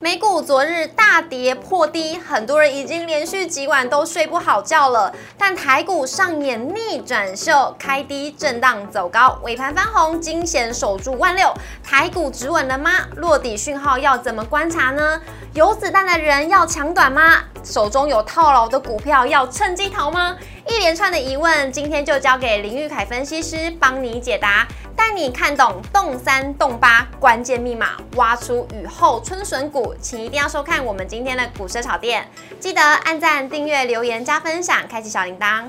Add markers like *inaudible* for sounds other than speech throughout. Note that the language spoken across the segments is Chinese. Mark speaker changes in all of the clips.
Speaker 1: 美股昨日大跌破低，很多人已经连续几晚都睡不好觉了。但台股上演逆转秀，开低震荡走高，尾盘翻红，惊险守住万六。台股止稳了吗？落底讯号要怎么观察呢？有子弹的人要抢短吗？手中有套牢的股票要趁机逃吗？一连串的疑问，今天就交给林玉凯分析师帮你解答。带你看懂动三动八关键密码，挖出雨后春笋股，请一定要收看我们今天的股市炒店，记得按赞、订阅、留言、加分享，开启小铃铛。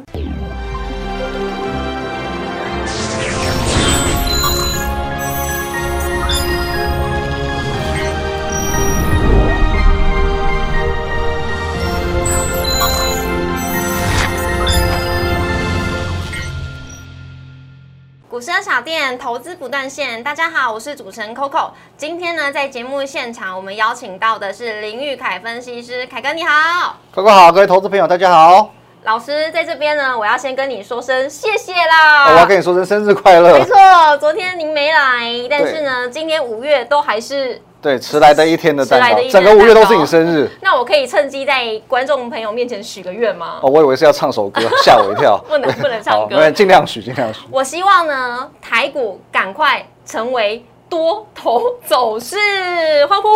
Speaker 1: 股市小店投资不断线，大家好，我是主持人 Coco。今天呢，在节目现场，我们邀请到的是林玉凯分析师，凯哥你好。
Speaker 2: 各位好，各位投资朋友，大家好！
Speaker 1: 老师在这边呢，我要先跟你说声谢谢
Speaker 2: 哦
Speaker 1: 啦。
Speaker 2: 我要跟你说声生日快
Speaker 1: 啊没
Speaker 2: 乐。
Speaker 1: 错，昨天您没来，但是呢，今天五月都还是。
Speaker 2: 对，迟来的一天的蛋
Speaker 1: 迟来的一
Speaker 2: 糕，
Speaker 1: 天的蛋
Speaker 2: 整个
Speaker 1: 糕
Speaker 2: 五月都是你生日。
Speaker 1: 那我可以趁机在观众朋友面前许个愿吗？
Speaker 2: 哦，我以为是要唱首歌，吓我一跳。
Speaker 1: *laughs* 不能不能唱
Speaker 2: 好，
Speaker 1: 歌
Speaker 2: 没有尽量许，
Speaker 1: *laughs*
Speaker 2: 尽量许。
Speaker 1: 我希望呢，台股赶快成为多头走势，欢呼！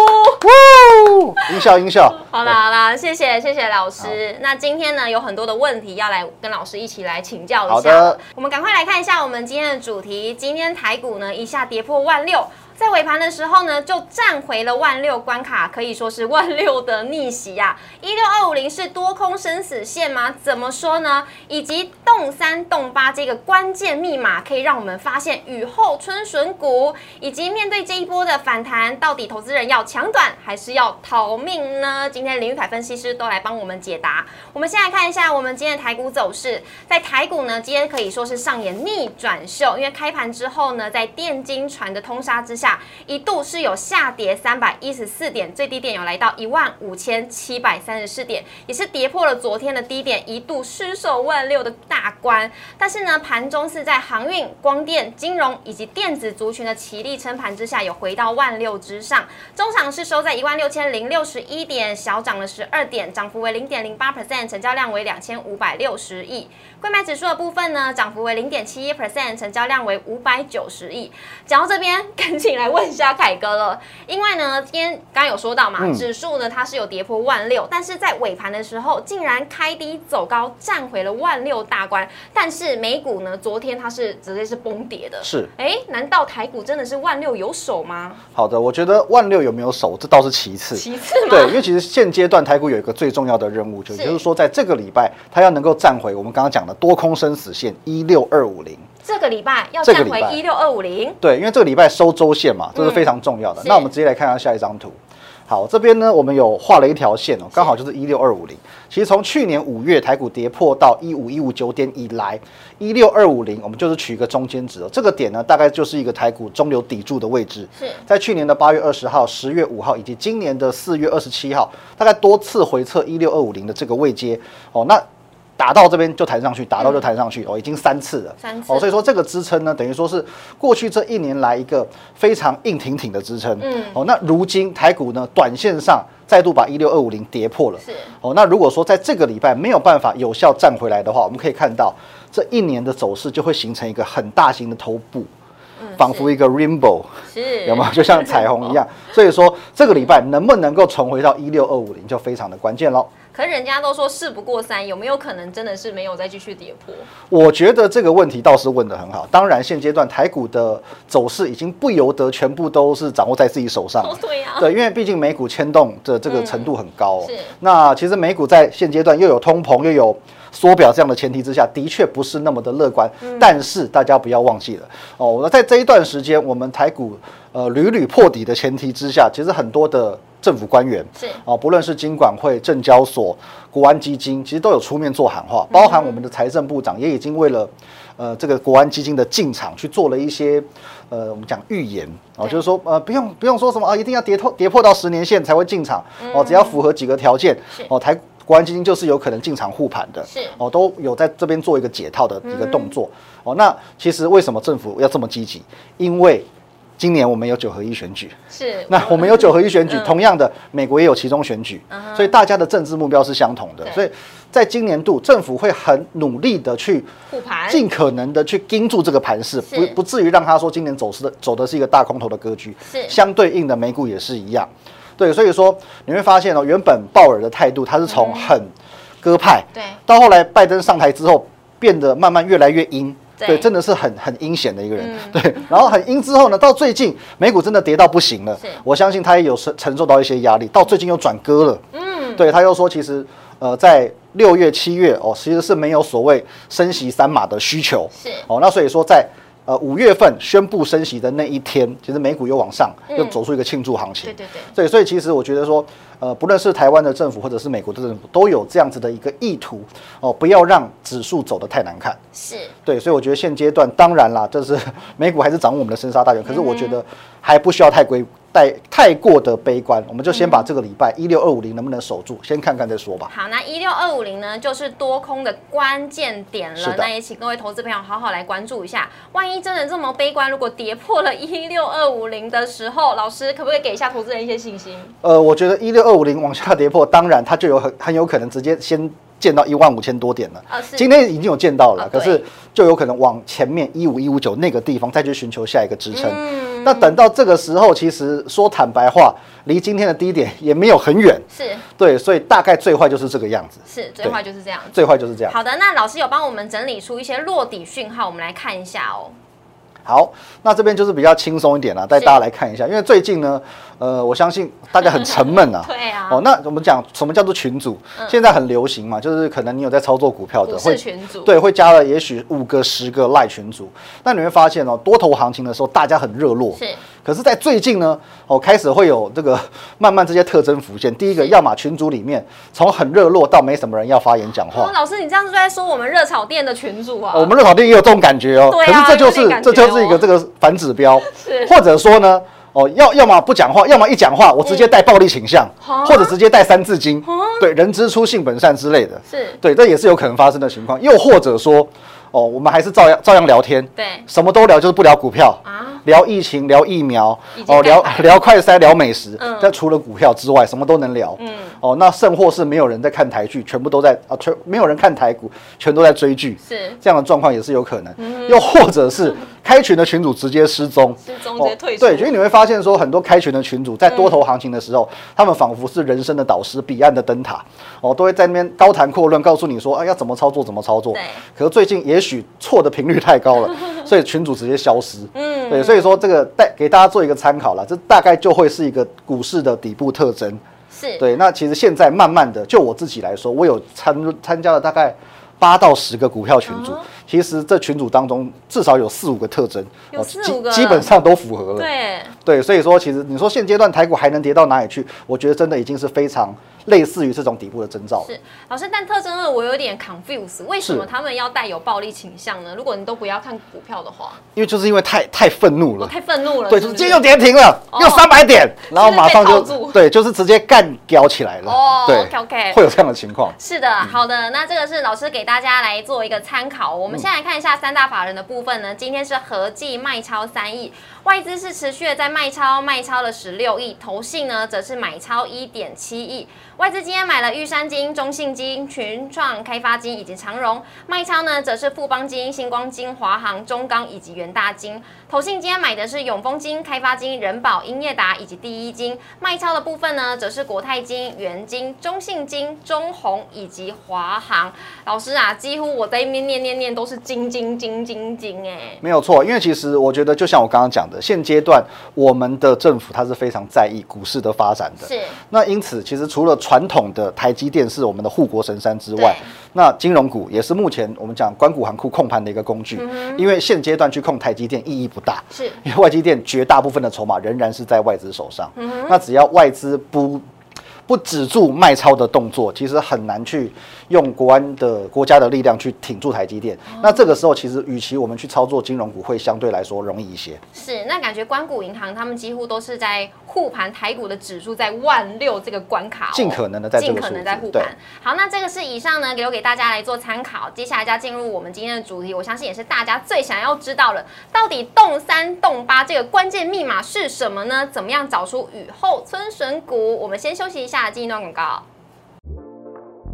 Speaker 2: 呜，音效音效。
Speaker 1: 好啦好啦，谢谢谢谢老师。那今天呢，有很多的问题要来跟老师一起来请教一下。
Speaker 2: 好的，
Speaker 1: 我们赶快来看一下我们今天的主题。今天台股呢一下跌破万六，在尾盘的时候呢就站回了万六关卡，可以说是万六的逆袭啊！一六二五零是多空生死线吗？怎么说呢？以及动三动八这个关键密码，可以让我们发现雨后春笋股，以及面对这一波的反弹，到底投资人要抢短还是要逃命呢？今天林玉凯分析师都来帮我们解答。我们先来看一下我们今天的台股走势，在台股呢，今天可以说是上演逆转秀，因为开盘之后呢，在电金船的通杀之下，一度是有下跌三百一十四点，最低点有来到一万五千七百三十四点，也是跌破了昨天的低点，一度失守万六的大关。但是呢，盘中是在航运、光电、金融以及电子族群的齐力撑盘之下，有回到万六之上。中场是收在一万六千零六十一点，小涨了十二点，涨幅为零点零八 percent，成交量为两千五百六十亿。柜买指数的部分呢，涨幅为零点七一 percent，成交量为五百九十亿。讲到这边，赶紧来问一下凯哥了，因为呢，今天刚刚有说到嘛，
Speaker 2: 嗯
Speaker 1: 指数呢它是有跌破万六，但是在尾盘的时候竟然开低走高，站回了万六大关。但是美股呢，昨天它是直接是崩跌的。
Speaker 2: 是
Speaker 1: 哎，难道台股真的是万六有手吗？
Speaker 2: 好的，我觉得万六有没有守，这倒是其次。
Speaker 1: 其次吗？
Speaker 2: 对，因为其实现阶段台股有一个最重要的任务，就是也就是说，在这个礼拜，它要能够站回我们刚刚讲的多空生死线一六二五零。
Speaker 1: 这个礼拜要
Speaker 2: 这个
Speaker 1: 站
Speaker 2: 礼
Speaker 1: 回
Speaker 2: 拜
Speaker 1: 一六二五零，
Speaker 2: 对，因为这个礼拜收周线嘛，这是非常重要的。
Speaker 1: 嗯是
Speaker 2: 那我们直接来看一下下一张图。好，这边呢，我们有画了一条线哦，刚好就是一六二五零。其实从去年五月台股跌破到一五一五九点以来，一六二五零我们就是取一个中间值哦，这个点呢大概就是一个台股中流砥柱的位置。
Speaker 1: 是
Speaker 2: 在去年的八月二十号、十月五号以及今年的四月二十七号，大概多次回测一六二五零的这个位阶哦，那打到这边就弹上去，打到就弹上去哦，已经三次了，
Speaker 1: 嗯三次
Speaker 2: 哦，所以说这个支撑呢，等于说是过去这一年来一个非常硬挺挺的支撑，
Speaker 1: 嗯
Speaker 2: 哦，那如今台股呢，短线上再度把一六二五零跌破了，
Speaker 1: 是
Speaker 2: 哦，那如果说在这个礼拜没有办法有效站回来的话，我们可以看到这一年的走势就会形成一个很大型的头部，仿佛一个 rainbow。
Speaker 1: 嗯是
Speaker 2: 有没有？就像彩
Speaker 1: *laughs*
Speaker 2: 虹一样。所以说，这个礼拜能不能够重回到一六二五零，就非常的关键喽。
Speaker 1: 可是人家都说事不过三，有没有可能真的是没有再继续跌破？
Speaker 2: 我觉得这个问题倒是问得很好。当然，现阶段台股的走势已经不由得全部都是掌握在自己手上了
Speaker 1: *laughs* 哦，。对呀、
Speaker 2: 对，因为毕竟美股牵动的这个程度很高、哦
Speaker 1: 嗯是
Speaker 2: 那其实美股在现阶段又有通膨又有缩表这样的前提之下，的确不是那么的乐观。
Speaker 1: 嗯
Speaker 2: 但是大家不要忘记了哦，那在这一段时间，我们台股呃屡屡破底的前提之下，其实很多的政府官员
Speaker 1: 是
Speaker 2: 哦，不论是金管会、证交所、国安基金，其实都有出面做喊话，包含我们的财政部长也已经为了。呃，这个国安基金的进场去做了一些，呃，我们讲预言哦，
Speaker 1: 对
Speaker 2: 就是说，呃，不用不用说什么啊，一定要跌破跌破到十年线才会进场哦，只要符合几个条件
Speaker 1: 嗯是
Speaker 2: 哦，台国安基金就是有可能进场护盘的
Speaker 1: 是嗯
Speaker 2: 哦，都有在这边做一个解套的一个动作哦。那其实为什么政府要这么积极？因为今年我们有九合一选举，
Speaker 1: 是
Speaker 2: *laughs* 那我们有九合一选举
Speaker 1: 嗯，
Speaker 2: 同样的，美国也有其中选举
Speaker 1: 嗯，哼
Speaker 2: 所以大家的政治目标是相同的
Speaker 1: 对。
Speaker 2: 所以在今年度，政府会很努力的去
Speaker 1: 护盘，
Speaker 2: 尽可能的去盯住这个盘势，
Speaker 1: 是
Speaker 2: 不不至于让他说今年走势的走的是一个大空头的格局。
Speaker 1: 是
Speaker 2: 相对应的美股也是一样。对，所以说你会发现哦，原本鲍尔的态度他是
Speaker 1: 嗯
Speaker 2: 从很鸽派，
Speaker 1: 对
Speaker 2: 到后来拜登上台之后，变得慢慢越来越阴。
Speaker 1: 对嗯
Speaker 2: 对，真的是很很阴险的一个人。对，然后很阴之后呢，到最近美股真的跌到不行了
Speaker 1: 是，
Speaker 2: 我相信他也有承承受到一些压力，到最近又转割了。嗯，对，他又说其实呃，在六月、七月哦，其实是没有所谓升息三码的需求。
Speaker 1: 是
Speaker 2: 哦，那所以说在呃五月份宣布升息的那一天，其实美股又往上，
Speaker 1: 嗯
Speaker 2: 又走出一个庆祝行情。
Speaker 1: 对对对
Speaker 2: 对，所以其实我觉得说，呃，不论是台湾的政府或者是美国的政府，都有这样子的一个意图哦，不要让指数走得太难看。
Speaker 1: 是
Speaker 2: 对，所以我觉得现阶段，当然啦，就是 *laughs* 美股还是掌握我们的生杀大权，可是我觉得还不需要太归太太过的悲观，我们就先把这个礼拜一六二五零能不能守住，先看看再说吧。
Speaker 1: 好，那一六二五零呢，就是多空的关键点
Speaker 2: 是
Speaker 1: 了
Speaker 2: 的。
Speaker 1: 那也请各位投资朋友好好来关注一下，万一真的这么悲观，如果跌破了一六二五零的时候，老师可不可以给一下投资人一些信心？
Speaker 2: 呃，我觉得一六二五零往下跌破，当然它就有很很有可能直接先见到一万五千多点了。
Speaker 1: 呃，是
Speaker 2: 今天已经有见到了，
Speaker 1: 啊
Speaker 2: 可
Speaker 1: 对
Speaker 2: 是就有可能往前面一五一五九那个地方再去寻求下一个支撑。
Speaker 1: 嗯
Speaker 2: 那等到这个时候，其实说坦白话，离今天的低点也没有很远，
Speaker 1: 是
Speaker 2: 对，所以大概最坏就是这个样子，
Speaker 1: 是，最坏就是这样。
Speaker 2: 最坏就是这样。
Speaker 1: 好的，那老师有帮我们整理出一些落底讯号，我们来看一下哦。。
Speaker 2: 好，那这边就是比较轻松一点啦，带大家来看一下，因为最近呢，呃，我相信大家很沉闷啊
Speaker 1: *laughs* 对啊，嗯
Speaker 2: 哦，那我们讲什么叫做群组？现在很流行嘛，就是可能你有在操作股票的，
Speaker 1: 股市群组
Speaker 2: 对，会加了也许五个、十个赖群组。那你会发现哦，多头行情的时候大家很热络，
Speaker 1: 是
Speaker 2: 可是，在最近呢，哦，开始会有这个 *laughs* 慢慢这些特征浮现。第一个，要么群组里面从很热络到没什么人要发言讲话
Speaker 1: 哦，，老师，你这样是在说我们热炒店的群主啊？
Speaker 2: 我们热炒店也有这种感觉哦。
Speaker 1: 对
Speaker 2: 可
Speaker 1: 啊
Speaker 2: 是这就
Speaker 1: 有点
Speaker 2: 是
Speaker 1: 感觉
Speaker 2: 这
Speaker 1: 哦
Speaker 2: 就是一个这个反指标
Speaker 1: 是，
Speaker 2: 或者说呢，哦，要要么不讲话，要么一讲话我直接带暴力倾向，
Speaker 1: 哈
Speaker 2: 或者直接带三字经，对，人之初性本善之类的，
Speaker 1: 是
Speaker 2: 对，这也是有可能发生的情况。又或者说，哦，我们还是照样照样聊天，
Speaker 1: 对
Speaker 2: 什么都聊，就是不聊股票
Speaker 1: 啊，
Speaker 2: 聊疫情，聊疫苗
Speaker 1: 已，经
Speaker 2: 哦，聊
Speaker 1: 改版
Speaker 2: 聊快筛，聊美食
Speaker 1: 嗯，
Speaker 2: 但除了股票之外，什么都能聊。嗯，哦，那甚或是没有人在看台剧，全部都在啊，全没有人看台股，全都在追剧。
Speaker 1: 是
Speaker 2: 这样的状况也是有可能，
Speaker 1: 嗯
Speaker 2: 又或者是开群的群主直接失踪，
Speaker 1: 失踪直接退出
Speaker 2: 哦对，所以你会发现说，很多开群的群主在多头行情的时候，
Speaker 1: 嗯
Speaker 2: 他们仿佛是人生的导师，彼岸的灯塔，哦，都会在那边高谈阔论，告诉你说，哎，要怎么操作，怎么操作
Speaker 1: 对。
Speaker 2: 可是最近也许错的频率太高
Speaker 1: *laughs*
Speaker 2: 了，所以群主直接消失。嗯，对，所以说这个带给大家做一个参考了，这大概就会是一个股市的底部特征。
Speaker 1: 是，
Speaker 2: 对，那其实现在慢慢的，就我自己来说，我有参参加了大概八到十个股票群
Speaker 1: 哦
Speaker 2: 组，其实这群组当中至少有四五个特征，
Speaker 1: 有
Speaker 2: 哦
Speaker 1: 四
Speaker 2: 基
Speaker 1: 五个
Speaker 2: 基本上都符合了。
Speaker 1: 对，
Speaker 2: 对所以说其实你说现阶段台股还能跌到哪里去？我觉得真的已经是非常类似于这种底部的征兆了。
Speaker 1: 是老师，但特征二我有点 confuse，为什
Speaker 2: 是
Speaker 1: 么他们要带有暴力倾向呢？如果你都不要看股票的话，
Speaker 2: 因为就是因为太太愤怒
Speaker 1: 我
Speaker 2: 了。
Speaker 1: 哦太愤怒了。
Speaker 2: 对，
Speaker 1: 是
Speaker 2: 就
Speaker 1: 不是
Speaker 2: 是今天又跌停了，又三百点，然后马上
Speaker 1: 就是被套
Speaker 2: 就
Speaker 1: 住
Speaker 2: 对，就是直接干屌起来了。
Speaker 1: 哦
Speaker 2: 对
Speaker 1: OK，OK
Speaker 2: 会有这样的情况。
Speaker 1: 是的，好的，那这个是老师给大家来做一个参考。我们先来看一下三大法人的部分呢，今天是合计卖超三亿，外资是持续的在卖超，卖超了十六亿，投信呢则是买超一点七亿。外资今天买了玉山金、中信金、群创开发金以及长荣，卖超呢则是富邦金、星光金、华航、中钢以及元大金。投信今天买的是永丰金、开发金、人保、英业达以及第一金。卖超的部分呢，则是国泰金、元金、中信金、中宏以及华航。老师啊，几乎我在一边念念念都是金金金金金哎、
Speaker 2: 没有错，因为其实我觉得，就像我刚刚讲的，现阶段我们的政府它是非常在意股市的发展的。
Speaker 1: 是
Speaker 2: 那因此，其实除了传统的台积电是我们的护国神山之外
Speaker 1: 对，
Speaker 2: 那金融股也是目前我们讲关谷行库控盘的一个工
Speaker 1: 嗯
Speaker 2: 具，因为现阶段去控台积电意义不大。
Speaker 1: 是
Speaker 2: 因为外积电绝大部分的筹码仍然是在外资手上，那只要外资不不止住卖超的动作，其实很难去用国安的国家的力量去挺住台积电。那这个时候，其实与其我们去操作金融股，会相对来说容易一些。
Speaker 1: 是，那感觉关谷银行他们几乎都是在护盘台股的指数在万六这个关卡、哦，
Speaker 2: 尽可能的在这个
Speaker 1: 尽可
Speaker 2: 数
Speaker 1: 能
Speaker 2: 字
Speaker 1: 在护
Speaker 2: 对
Speaker 1: 盘。好，那这个是以上呢留给大家来做参考。接下来就要进入我们今天的主题，我相信也是大家最想要知道了，到底动三动八这个关键密码是什么呢？怎么样找出雨后春笋股？我们先休息一下，进一段广告。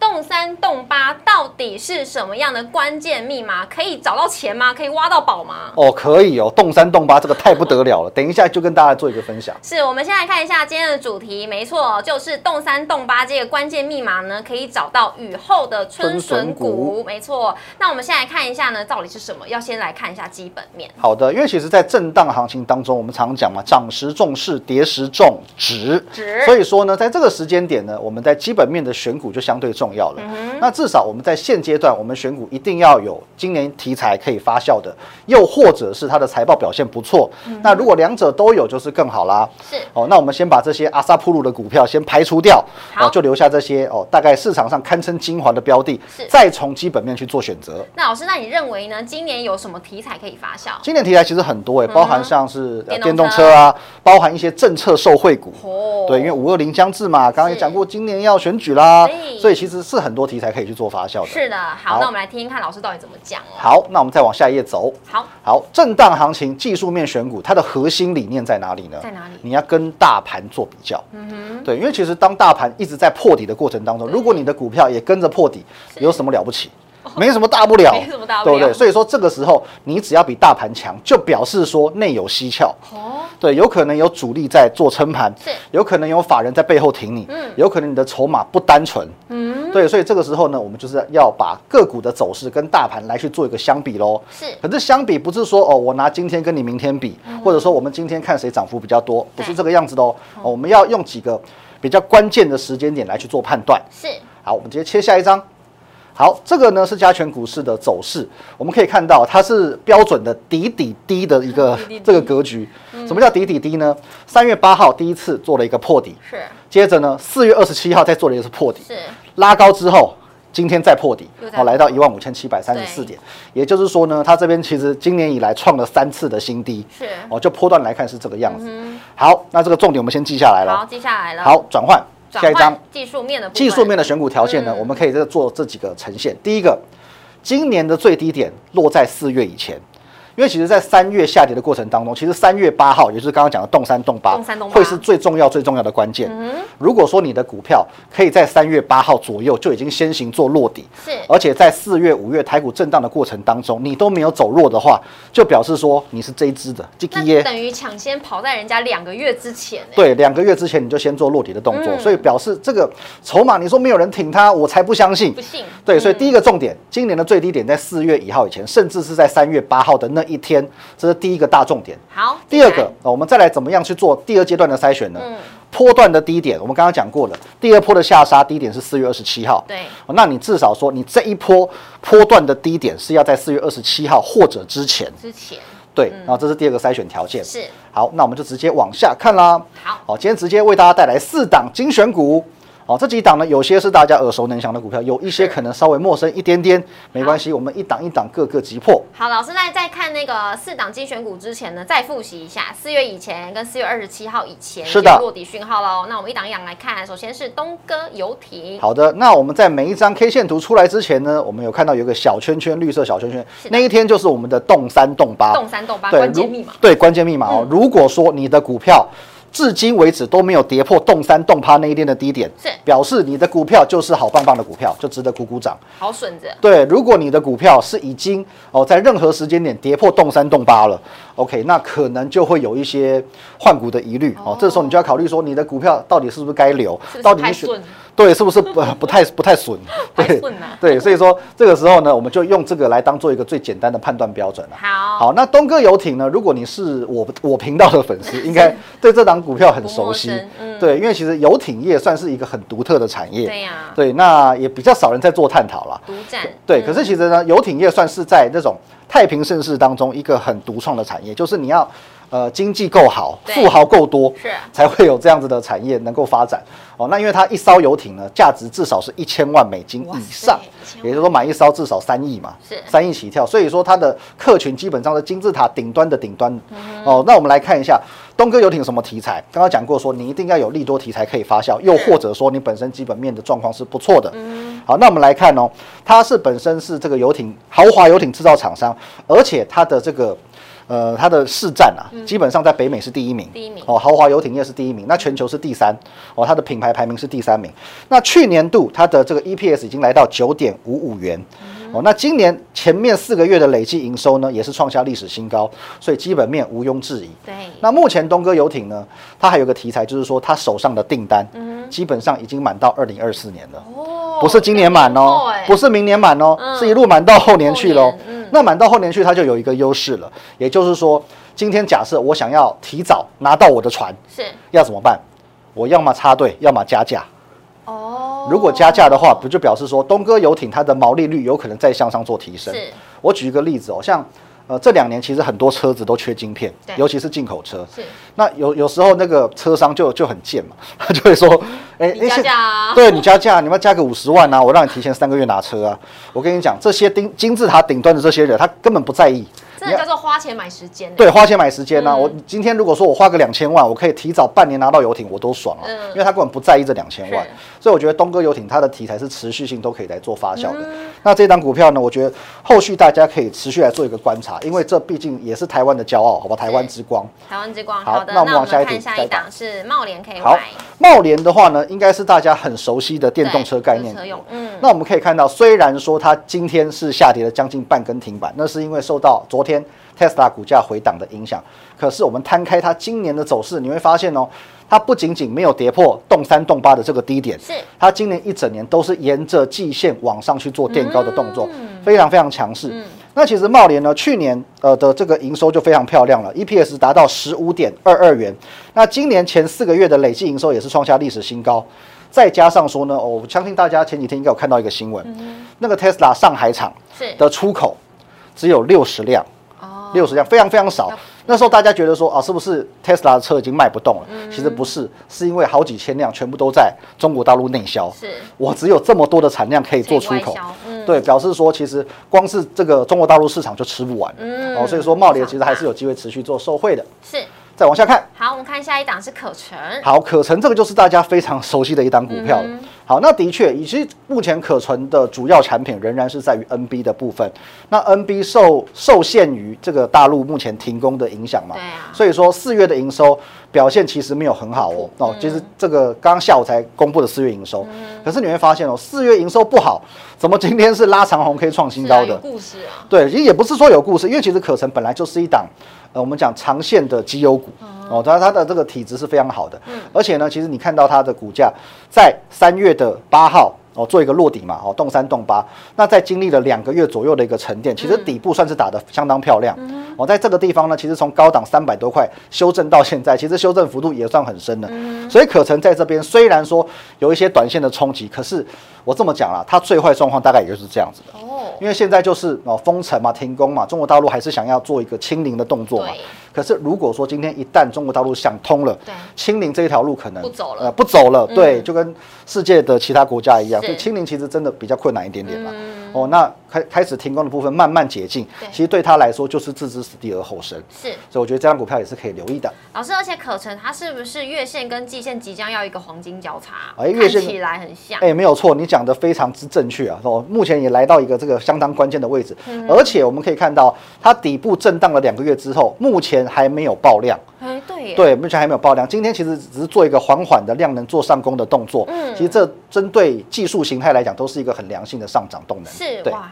Speaker 1: 动三动八到底是什么样的关键密码？可以找到钱吗？可以挖到宝吗？
Speaker 2: 哦，可以哦，动三动八这个太不得了了。等一下就跟大家做一个分享。
Speaker 1: 是我们先来看一下今天的主题，没错，就是动三动八这个关键密码呢，可以找到雨后的春笋
Speaker 2: 春笋
Speaker 1: 股，
Speaker 2: 股
Speaker 1: 没错。那我们先来看一下呢，到底是什么？要先来看一下基本面。
Speaker 2: 好的，因为其实，在震荡行情当中，我们常讲嘛，涨时重视，跌时重值。
Speaker 1: 值
Speaker 2: 所以说呢，在这个时间点呢，我们在基本面的选股就相对重要了。
Speaker 1: 嗯
Speaker 2: 那至少我们在现阶段，我们选股一定要有今年题材可以发酵的，又或者是它的财报表现不错。
Speaker 1: 嗯
Speaker 2: 那如果两者都有，就是更好啦。
Speaker 1: 是
Speaker 2: 哦，那我们先把这些阿萨普鲁的股票先排除掉，
Speaker 1: 好
Speaker 2: 哦，就留下这些哦，大概市场上堪称精华的标的
Speaker 1: 是，
Speaker 2: 再从基本面去做选择。
Speaker 1: 那老师，那你认为呢？今年有什么题材可以发酵？
Speaker 2: 今年题材其实很多诶、包含像是、呃
Speaker 1: 嗯电
Speaker 2: 电
Speaker 1: 动
Speaker 2: 动
Speaker 1: 车
Speaker 2: 车啊，包含一些政策受惠股。
Speaker 1: 哦
Speaker 2: 对，因为五二零将至嘛，刚刚也
Speaker 1: 是
Speaker 2: 讲过，今年要选举啦
Speaker 1: 对，
Speaker 2: 所以其实是很多题材可以去做发酵的。
Speaker 1: 是的，好，
Speaker 2: 好
Speaker 1: 那我们来听听看老师到底怎么讲哦。
Speaker 2: 好，那我们再往下一页走。
Speaker 1: 好，
Speaker 2: 好，震荡行情技术面选股，它的核心理念在哪里呢？
Speaker 1: 在哪里
Speaker 2: 你要跟大盘做比较。嗯哼，对，因为其实当大盘一直在破底的过程当中，如果你的股票也跟着破底，有什么了不起？没什么大不了，
Speaker 1: 哦 *laughs* 没什么大不
Speaker 2: 对不
Speaker 1: 了
Speaker 2: 对？所以说这个时候，你只要比大盘强，就表示说内有蹊跷。
Speaker 1: 哦，
Speaker 2: 对，有可能有主力在做撑盘
Speaker 1: 是，
Speaker 2: 有可能有法人在背后挺你，
Speaker 1: 嗯
Speaker 2: 有可能你的筹码不单纯，嗯，对，所以这个时候呢，我们就是要把个股的走势跟大盘来去做一个相比喽。
Speaker 1: 是
Speaker 2: 可是相比不是说哦，我拿今天跟你明天比，或者说我们今天看谁涨幅比较多，不是
Speaker 1: 嗯对
Speaker 2: 这个样子的哦。哦我们要用几个比较关键的时间点来去做判断。
Speaker 1: 是
Speaker 2: 好，我们直接切下一张。好，这个呢是加权股市的走势，我们可以看到它是标准的底 *laughs* 底低嗯的一个这个格局。什么叫底底低呢？三月八号第一次做了一个破底，
Speaker 1: 是
Speaker 2: 接着呢四月二十七号再做了一次破底，
Speaker 1: 是，
Speaker 2: 拉高之后，今天再破底
Speaker 1: 又，再
Speaker 2: 哦，来
Speaker 1: 破
Speaker 2: 到一万五千七百三十四
Speaker 1: 对
Speaker 2: 点。也就是说呢，它这边其实今年以来创了三次的新低，
Speaker 1: 是
Speaker 2: 哦，就波段来看是这个样子。好，那这个重点我们先记下来
Speaker 1: 好，
Speaker 2: 了。
Speaker 1: 接下来了，，
Speaker 2: 嗯好，转换下一张。
Speaker 1: 技术面的部分
Speaker 2: 技术面的选股条件呢，
Speaker 1: 嗯
Speaker 2: 我们可以再做这几个呈现。第一个，今年的最低点落在四月以前。因为其实，在三月下跌的过程当中，其实三月八号，也就是刚刚讲的动三动八，
Speaker 1: 动三动八
Speaker 2: 会是最重要最重要的关键。
Speaker 1: 嗯
Speaker 2: 如果说你的股票可以在三月八号左右就已经先行做落底，
Speaker 1: 是
Speaker 2: 而且在四月、五月台股震荡的过程当中，你都没有走弱的话，就表示说你是这一支的，这个耶
Speaker 1: 那等于抢先跑在人家两个月之前欸呢、
Speaker 2: 对，两个月之前你就先做落底的动作，
Speaker 1: 嗯
Speaker 2: 所以表示这个筹码，你说没有人挺它，我才不相信
Speaker 1: 不。信。
Speaker 2: 对，
Speaker 1: 嗯
Speaker 2: 所以第一个重点，今年的最低点在四月一号以前，甚至是在三月八号的那一天，这是第一个大重点。
Speaker 1: 好，
Speaker 2: 第二
Speaker 1: 接
Speaker 2: 个
Speaker 1: 下来，
Speaker 2: 呃我们再来怎么样去做第二阶段的筛选呢？
Speaker 1: 嗯
Speaker 2: 波段的低点，我们刚刚讲过了，第二波的下杀低点是四月二十七号。
Speaker 1: 对
Speaker 2: 哦，那你至少说你这一波波段的低点是要在四月二十七号或者之前。
Speaker 1: 之前
Speaker 2: 对，然后这是第二个筛选条件。
Speaker 1: 嗯是
Speaker 2: 好，那我们就直接往下看啦。
Speaker 1: 好
Speaker 2: 好，今天直接为大家带来四档精选股。好，这几档呢，有些是大家耳熟能详的股票，有一些
Speaker 1: 是
Speaker 2: 可能稍微陌生一点点，没关系，我们一档一档各个击破。
Speaker 1: 好，老师在在看那个四档精选股之前呢，再复习一下四月以前跟四月二十七号以前
Speaker 2: 是的
Speaker 1: 已经落底讯号喽。那我们一档一档来看，首先是东哥游艇，
Speaker 2: 好的，那我们在每一张 K 线图出来之前呢，我们有看到有一个小圈圈，绿色小圈圈
Speaker 1: 是，的
Speaker 2: 那一天就是我们的动三动八，
Speaker 1: 动三动八
Speaker 2: 对
Speaker 1: 关键
Speaker 2: 如
Speaker 1: 密码嗯
Speaker 2: 对关键密码哦。如果说你的股票至今为止都没有跌破动三动八那一天的低点，
Speaker 1: 是
Speaker 2: 表示你的股票就是好棒棒的股票，就值得鼓鼓掌。
Speaker 1: 好笋子，
Speaker 2: 对，如果你的股票是已经哦在任何时间点跌破动三动八了，OK，那可能就会有一些换股的疑虑哦。这时候你就要考虑说，你的股票到底是不是该留，
Speaker 1: 哦是不是
Speaker 2: 到底
Speaker 1: 太
Speaker 2: 你选
Speaker 1: 顺
Speaker 2: 对，是不是不不太不太
Speaker 1: *laughs*
Speaker 2: 损？
Speaker 1: 太
Speaker 2: 对
Speaker 1: 损啊
Speaker 2: *laughs* 对，所以说这个时候呢，我们就用这个来当做一个最简单的判断标准了。
Speaker 1: 好
Speaker 2: 好，那东哥游艇呢？如果你是我我频道的粉丝，
Speaker 1: *laughs*
Speaker 2: 应该对这档股票很熟悉
Speaker 1: 不陌生。嗯
Speaker 2: 对，因为其实游艇业算是一个很独特的产业。
Speaker 1: 对啊呀
Speaker 2: 对，那也比较少人在做探讨了。
Speaker 1: 独占，
Speaker 2: 对，
Speaker 1: 嗯
Speaker 2: 可是其实呢，游艇业算是在这种太平盛世当中一个很独创的产业，就是你要呃经济够好，
Speaker 1: 对
Speaker 2: 富豪够多，
Speaker 1: 是
Speaker 2: 才会有这样子的产业能够发展哦。那因为它一艘游艇呢，价值至少是一千万美金
Speaker 1: 哇
Speaker 2: 以
Speaker 1: 塞
Speaker 2: 上，
Speaker 1: 1000万
Speaker 2: 也就是说买一艘至少三亿嘛，
Speaker 1: 是
Speaker 2: 三亿起跳，所以说它的客群基本上是金字塔顶端的顶端
Speaker 1: 嗯
Speaker 2: 哦。那我们来看一下东哥游艇什么题材？刚刚讲过说你一定要有利多题材可以发酵，又或者说你本身基本面的状况是不错的。
Speaker 1: 嗯
Speaker 2: 好，那我们来看哦，它是本身是这个游艇豪华游艇制造厂商，而且它的这个。呃，它的市占啊，
Speaker 1: 嗯
Speaker 2: 基本上在北美是第一名，
Speaker 1: 第一名
Speaker 2: 哦，豪华游艇业是第一名，那全球是第三，哦，它的品牌排名是第三名。那去年度它的这个 EPS 已经来到九点五五元，哦，那今年前面四个月的累计营收呢，也是创下历史新高，所以基本面毋庸置疑。
Speaker 1: 对，
Speaker 2: 那目前东哥游艇呢，它还有个题材，就是说它手上的订单，
Speaker 1: 嗯
Speaker 2: 基本上已经满到二零二四年了。
Speaker 1: 哦
Speaker 2: 不是今年满哦，不
Speaker 1: 是
Speaker 2: 是明年满哦，
Speaker 1: 哎嗯
Speaker 2: 是一路满到后年去喽
Speaker 1: 后年。嗯
Speaker 2: 那满到后年去，它就有一个优势了，也就是说，今天假设我想要提早拿到我的船，
Speaker 1: 是
Speaker 2: 要怎么办？我要么插队，要么加价。
Speaker 1: 哦，
Speaker 2: 如果加价的话，不就表示说东哥游艇它的毛利率有可能再向上做提升
Speaker 1: 是？
Speaker 2: 我举一个例子哦，像呃这两年其实很多车子都缺晶片
Speaker 1: 对，
Speaker 2: 尤其哎是进口车。
Speaker 1: 是
Speaker 2: 那有有时候那个车商就就很贱嘛， *laughs* 他就会说，哎、
Speaker 1: 你
Speaker 2: 哎
Speaker 1: 加
Speaker 2: 现
Speaker 1: 价啊
Speaker 2: 对你加价，你们加个五十万啊，我让你提前三个月拿车啊。我跟你讲，这些金金字塔顶端的这些人，他根本不在意。
Speaker 1: 真的嗯叫做花钱买时间呢，欸
Speaker 2: 对，花钱买时间呢、我今天如果说我花个两千万，我可以提早半年拿到游艇，我都爽了、啊
Speaker 1: 嗯
Speaker 2: 因为他根本不在意这两千万
Speaker 1: 是。
Speaker 2: 所以我觉得东哥游艇它的题材是持续性都可以来做发酵的。
Speaker 1: 嗯
Speaker 2: 那这档股票呢，我觉得后续大家可以持续来做一个观察，因为这毕竟也是台湾的骄傲，好吧？台湾之光。
Speaker 1: 台湾之光。
Speaker 2: 好
Speaker 1: 的，
Speaker 2: 那
Speaker 1: 那
Speaker 2: 我们往下一
Speaker 1: 看
Speaker 2: 题
Speaker 1: 下
Speaker 2: 再
Speaker 1: 一档是茂联 KY，
Speaker 2: 好，茂联的话呢，应该是大家很熟悉的电动
Speaker 1: 对
Speaker 2: 车概念
Speaker 1: 有车用
Speaker 2: 股。
Speaker 1: 嗯，
Speaker 2: 那我们可以看到，虽然说它今天是下跌了将近半根停板，那是因为受到昨天 Tesla 股价回档的影响。可是我们摊开它今年的走势，你会发现哦，它不仅仅没有跌破动三动八的这个低点，
Speaker 1: 是
Speaker 2: 它今年一整年都是沿着季线往上去做垫高的动作，非常非常强势。那其实茂联呢，去年呃的这个营收就非常漂亮了，EPS 达到十五点二二元。那今年前四个月的累计营收也是创下历史新高。再加上说呢，哦我相信大家前几天应该有看到一个新闻，那个 Tesla 上海厂
Speaker 1: 是
Speaker 2: 的出口只有六十辆，
Speaker 1: 哦，
Speaker 2: 六十辆，非常非常少。那时候大家觉得说啊，是不是 Tesla 的车已经卖不动了？
Speaker 1: 嗯
Speaker 2: 其实不是，是因为好几千辆全部都在中国大陆内销。
Speaker 1: 是
Speaker 2: 我只有这么多的产量可以做出
Speaker 1: 可以
Speaker 2: 口
Speaker 1: 外销嗯，
Speaker 2: 对，表示说其实光是这个中国大陆市场就吃不完，
Speaker 1: 嗯
Speaker 2: 哦，所以说茂联其实还是有机会持续做受惠的。
Speaker 1: 是。
Speaker 2: 再往下看，
Speaker 1: 好，我们看下一档是可成，
Speaker 2: 好，可成这个就是大家非常熟悉的一档股票了。
Speaker 1: 嗯
Speaker 2: 好，那的确，以及目前可成的主要产品仍然是在于 NB 的部分。那 NB 受受限于这个大陆目前停工的影响嘛，
Speaker 1: 对啊
Speaker 2: 所以说四月的营收表现其实没有很好哦。
Speaker 1: 嗯
Speaker 2: 哦，其实这个刚刚下午才公布的四月营收，可是你会发现哦，四月营收不好，怎么今天是拉长红 K 创新
Speaker 1: 是啊
Speaker 2: 高
Speaker 1: 有
Speaker 2: 的？
Speaker 1: 故事啊，
Speaker 2: 对，其实也不是说有故事，因为其实可成本来就是一档，呃，我们讲长线的绩优股哦，它它的这个体质是非常好的，而且呢，其实你看到它的股价在三月的八号。哦，做一个落底嘛，哦，动三动八，那在经历了两个月左右的一个沉淀，其实底部算是打得相当漂亮。哦，在这个地方呢，其实从高档三百多块修正到现在，其实修正幅度也算很深了。所以可成在这边虽然说有一些短线的冲击，可是我这么讲啦，它最坏状况大概也就是这样子的。
Speaker 1: 哦，
Speaker 2: 因为现在就是哦封城嘛、停工嘛，中国大陆还是想要做一个清零的动作嘛
Speaker 1: 对。
Speaker 2: 可是如果说今天一旦中国大陆想通了
Speaker 1: 对，
Speaker 2: 清零这一条路可能
Speaker 1: 不走了嗯
Speaker 2: 呃，不走了，对，就跟世界的其他国家一样，
Speaker 1: 是嗯
Speaker 2: 所以清零其实真的比较困难一点点啦。哦，那开开始停工的部分慢慢解禁
Speaker 1: 对，
Speaker 2: 其实对他来说就是置之死地而后生。
Speaker 1: 是
Speaker 2: 所以我觉得这张股票也是可以留意的。
Speaker 1: 老师，而且可成它是不是月线跟季线即将要一个黄金交叉？
Speaker 2: 哎月线
Speaker 1: 看起来很像，
Speaker 2: 哎、没有错，你讲的非常之正确啊！哦，目前也来到一个这个相当关键的位置，
Speaker 1: 嗯
Speaker 2: 而且我们可以看到，它底部震荡了两个月之后，目前还没有爆量，
Speaker 1: 哎，对耶，
Speaker 2: 对，目前还没有爆量。今天其实只是做一个缓缓的量能做上攻的动作，
Speaker 1: 嗯
Speaker 2: 其实这针对技术形态来讲，都是一个很良性的上涨动能，
Speaker 1: 是
Speaker 2: 对。
Speaker 1: 哇。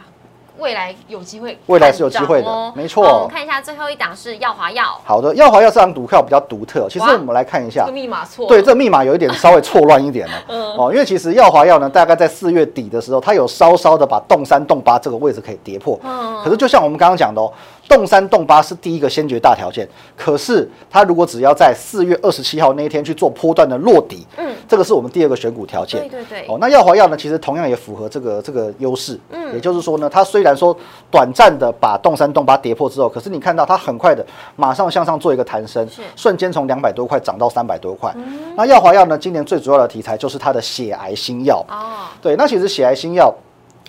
Speaker 1: 未来有机会看涨哦，哦
Speaker 2: 未来是有机会的没错
Speaker 1: 好我们看一下最后一档是耀华药，
Speaker 2: 好的，耀华药这张股票比较独特哦，其实
Speaker 1: 哇
Speaker 2: 我们来看一
Speaker 1: 这
Speaker 2: 下
Speaker 1: 个，密码错了，
Speaker 2: 对，这密码有一点稍微错乱
Speaker 1: *laughs*
Speaker 2: 一点了。哦，因为其实耀华药呢，大概在四月底的时候，它有稍稍的把洞三洞八这个位置可以跌破。
Speaker 1: 嗯
Speaker 2: 可是就像我们刚刚讲的哦，洞三洞八是第一个先决大条件。可是它如果只要在四月二十七号那一天去做波段的落底，
Speaker 1: 嗯
Speaker 2: 这个是我们第二个选股条件。
Speaker 1: 对对对
Speaker 2: 哦，那耀华药呢，其实同样也符合这个这个优势。嗯，也就是说呢，它虽然说短暂的把洞三洞八跌破之后，可是你看到它很快的马上向上做一个弹升
Speaker 1: 是，嗯
Speaker 2: 瞬间从两百多块涨到三百多块。那耀华药呢，今年最主要的题材就是它的血癌新药。
Speaker 1: 哦，
Speaker 2: 对，那其实血癌新药。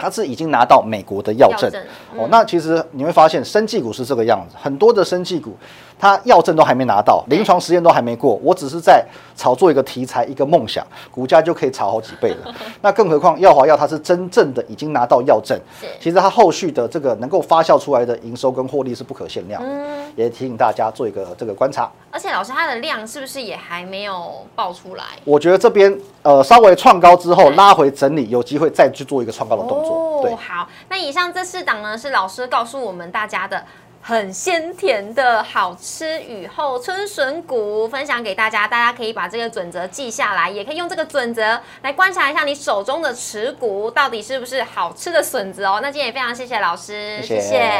Speaker 2: 它是已经拿到美国的药证
Speaker 1: 药证嗯
Speaker 2: 哦，那其实你会发现，生技股是这个样子，很多的生技股，它药证都还没拿到，临床实验都还没过，我只是在炒作一个题材、一个梦想，股价就可以炒好几倍
Speaker 1: *laughs*
Speaker 2: 了。那更何况药华药它是真正的已经拿到药证
Speaker 1: 是，
Speaker 2: 其实它后续的这个能够发酵出来的营收跟获利是不可限
Speaker 1: 嗯
Speaker 2: 量的，也提醒大家做一个这个观察。
Speaker 1: 而且老师它的量是不是也还没有爆出来？
Speaker 2: 我觉得这边呃稍微创高之后拉回整理，有机会再去做一个创高的动作，对
Speaker 1: 哦，。好，那以上这四档呢是老师告诉我们大家的。很鲜甜的好吃雨后春笋谷分享给大家，大家可以把这个准则记下来，也可以用这个准则来观察一下你手中的持股到底是不是好吃的笋子哦。那今天也非常谢谢老师，
Speaker 2: 谢谢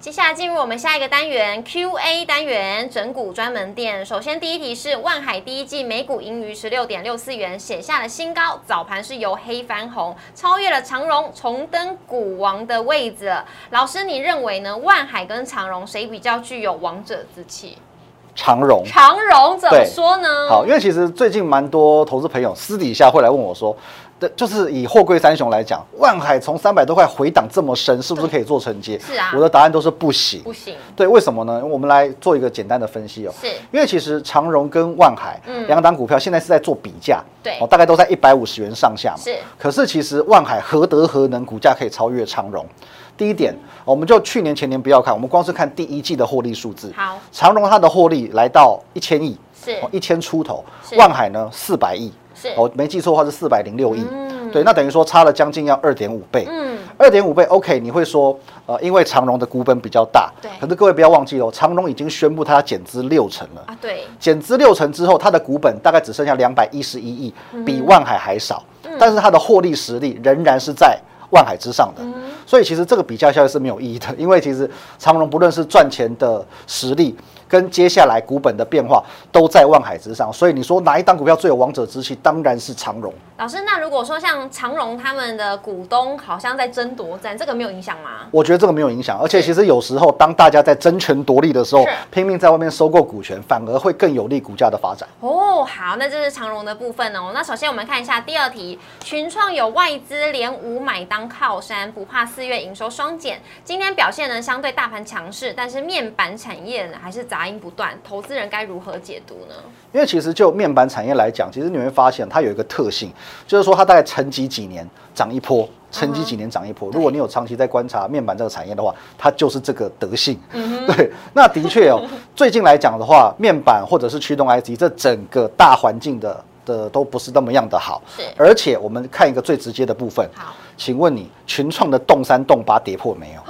Speaker 1: 接下来进入我们下一个单元 Q&A 单元，整股专门店。首先第一题是万海第一季每股盈余十六点六四元，写下了新高，早盘是由黑翻红，超越了长荣，重登股王的位置了。老师，你认为呢？万海跟长荣谁比较具有王者之气？
Speaker 2: 长荣。
Speaker 1: 长荣怎么
Speaker 2: 嗯对
Speaker 1: 说呢？
Speaker 2: 好，因为其实最近蛮多投资朋友私底下会来问我说，对，就是以货柜三雄来讲，万海从三百多块回档这么深，是不是可以做承接？
Speaker 1: 是啊
Speaker 2: 我的答案都是不行。
Speaker 1: 不行，
Speaker 2: 对，为什么呢？我们来做一个简单的分析哦。
Speaker 1: 是
Speaker 2: 因为其实长荣跟万海
Speaker 1: 嗯
Speaker 2: 两档股票现在是在做比价，
Speaker 1: 对
Speaker 2: 哦，大概都在一百五十元上下嘛。
Speaker 1: 是
Speaker 2: 可是其实万海何德何能，股价可以超越长荣？第一点，哦我们就去年前年不要看，我们光是看第一季的获利数字。
Speaker 1: 好
Speaker 2: 长荣它的获利来到一千亿，
Speaker 1: 是
Speaker 2: 哦一千出头
Speaker 1: 是，
Speaker 2: 万海呢四百亿，
Speaker 1: 是
Speaker 2: 哦，没记错的话是四百零六亿，对，那等于说差了将近要二点五倍，
Speaker 1: 嗯，
Speaker 2: 二点五倍，OK，你会说，呃，因为长荣的股本比较大，
Speaker 1: 对
Speaker 2: 可是各位不要忘记哦，长荣已经宣布它要减资六成了，
Speaker 1: 啊，对，
Speaker 2: 减资六成之后，它的股本大概只剩下两百一十一亿，比万海还少，但是它的获利实力仍然是在万海之上的。所以其实这个比较效益是没有意义的，因为其实长荣不论是赚钱的实力跟接下来股本的变化都在万海之上，所以你说哪一档股票最有王者之气？当然是长荣。
Speaker 1: 老师，那如果说像长荣他们的股东好像在争夺战，这个没有影响吗？
Speaker 2: 我觉得这个没有影响，而且其实有时候当大家在争权夺利的时候
Speaker 1: 是，
Speaker 2: 拼命在外面收购股权，反而会更有利股价的发展。
Speaker 1: 哦，好，那这是长荣的部分哦。那首先我们看一下第二题，群创有外资连五买当靠山，不怕四月营收双减。今天表现呢相对大盘强势，但是面板产业呢还是杂音不断，投资人该如何解读呢？
Speaker 2: 因为其实就面板产业来讲，其实你会发现它有一个特性，就是说它大概沉寂几年涨一波，沉寂几年涨一波。如果你有长期在观察面板这个产业的话，它就是这个德性。对，那的确哦，最近来讲的话，面板或者是驱动 IC 这整个大环境的的都不是那么样的好
Speaker 1: 是。
Speaker 2: 而且我们看一个最直接的部分
Speaker 1: 好，
Speaker 2: 请问你群创的动三动八跌破没有？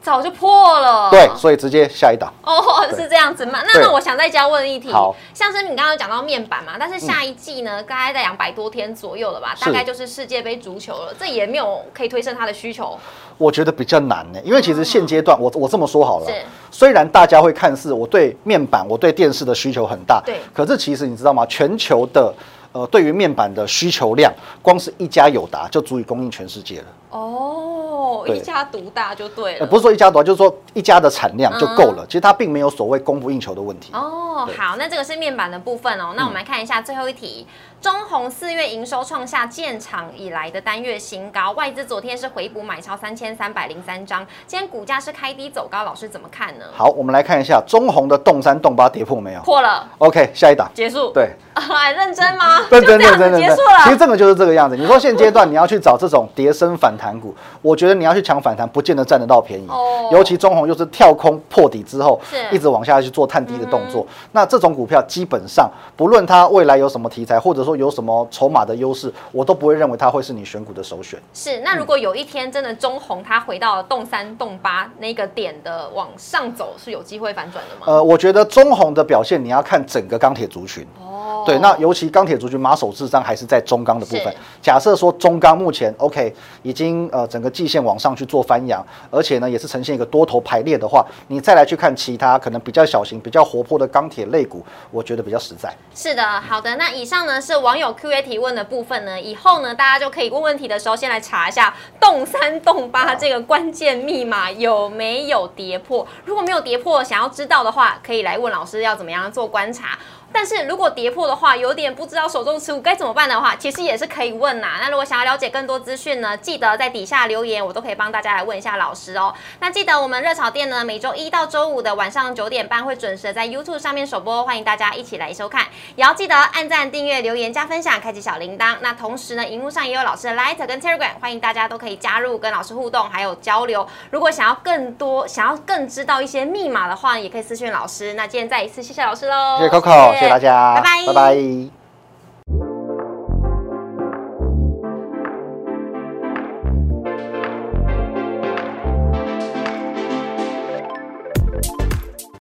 Speaker 1: 早就破了。
Speaker 2: 对，所以直接下一档。
Speaker 1: 哦， *laughs*
Speaker 2: 对
Speaker 1: 是这样子吗？那
Speaker 2: 对
Speaker 1: 那我想再加问一题
Speaker 2: 好，
Speaker 1: 像是你刚刚有讲到面板嘛，但是下一季呢，大概在两百多天左右了吧，
Speaker 2: 是
Speaker 1: 大概就是世界杯足球了，这也没有可以推升它的需求。
Speaker 2: 我觉得比较难呢、因为其实现阶段我我这么说好了
Speaker 1: 是，
Speaker 2: 虽然大家会看似我对面板、我对电视的需求很大，
Speaker 1: 对
Speaker 2: 可是其实你知道吗？全球的呃对于面板的需求量，光是一家友达就足以供应全世界了。
Speaker 1: 哦，
Speaker 2: 对
Speaker 1: 一家独大就对了。
Speaker 2: 呃，不是说一家独大，就是说一家的产
Speaker 1: 嗯
Speaker 2: 量就够了。其实它并没有所谓供不应求的问题。
Speaker 1: 哦，
Speaker 2: 对嗯
Speaker 1: 好，那这个是面板的部分哦。那我们来看一下最后一题，中红四月营收创下建厂以来的单月新高，外资昨天是回补买超三千三百零三张，今天股价是开低走高，老师怎么看呢？
Speaker 2: 好，我们来看一下中红的动三动八跌破没有
Speaker 1: 破了，
Speaker 2: ？OK，下一档。
Speaker 1: 结束。
Speaker 2: 对，
Speaker 1: *laughs* 啊，认真
Speaker 2: *laughs*
Speaker 1: 吗？
Speaker 2: 对
Speaker 1: 就这
Speaker 2: 对对
Speaker 1: 样
Speaker 2: 对
Speaker 1: 子
Speaker 2: 对
Speaker 1: 结
Speaker 2: 对
Speaker 1: 束，
Speaker 2: 其实
Speaker 1: 了。
Speaker 2: 这个就是这个样子。你说现阶段你要去找这种跌升反弹股，我觉得你要去抢反弹，不见得占得到便宜
Speaker 1: 哦。
Speaker 2: 尤其中红又是跳空破底之后
Speaker 1: 是，嗯
Speaker 2: 一直往下去做探底的动作，那这种股票基本上不论它未来有什么题材，或者说有什么筹码的优势，我都不会认为它会是你选股的首选。
Speaker 1: 是，那如果有一天真的中红它回到动三动八那个点的往上走，是有机会反转的吗？
Speaker 2: 呃，我觉得中红的表现你要看整个钢铁族群。
Speaker 1: 哦，
Speaker 2: 对，那尤其钢铁族群马首是瞻还是在中钢的部分
Speaker 1: 是。
Speaker 2: 假设说中钢目前 OK 已经呃整个季线往上去做翻扬，而且呢也是呈现一个多头排列的话，你再来去看其他可能比较小型、比较活泼的钢铁类股，我觉得比较实在。
Speaker 1: 是的，好的。那以上呢是网友 Q&A 提问的部分呢，以后呢大家就可以问问题的时候先来查一下动三动八这个关键密码有没有跌破。如果没有跌破，想要知道的话，可以来问老师要怎么样做观察。但是如果跌破的话，有点不知道手中持股该怎么办的话，其实也是可以问呐、那如果想要了解更多资讯呢，记得在底下留言，我都可以帮大家来问一下老师哦。那记得我们热炒店呢，每周一到周五的晚上九点半会准时地在 YouTube 上面首播，欢迎大家一起来收看。也要记得按赞、订阅、留言、加分享，开启小铃铛。那同时呢，荧幕上也有老师的 Light 跟 Telegram，欢迎大家都可以加入跟老师互动，还有交流。如果想要更多、想要更知道一些密码的话，也可以私讯老师。那今天再一次谢谢老师喽，
Speaker 2: 谢谢 Coco，谢谢大家，
Speaker 1: 拜拜，
Speaker 2: 拜拜。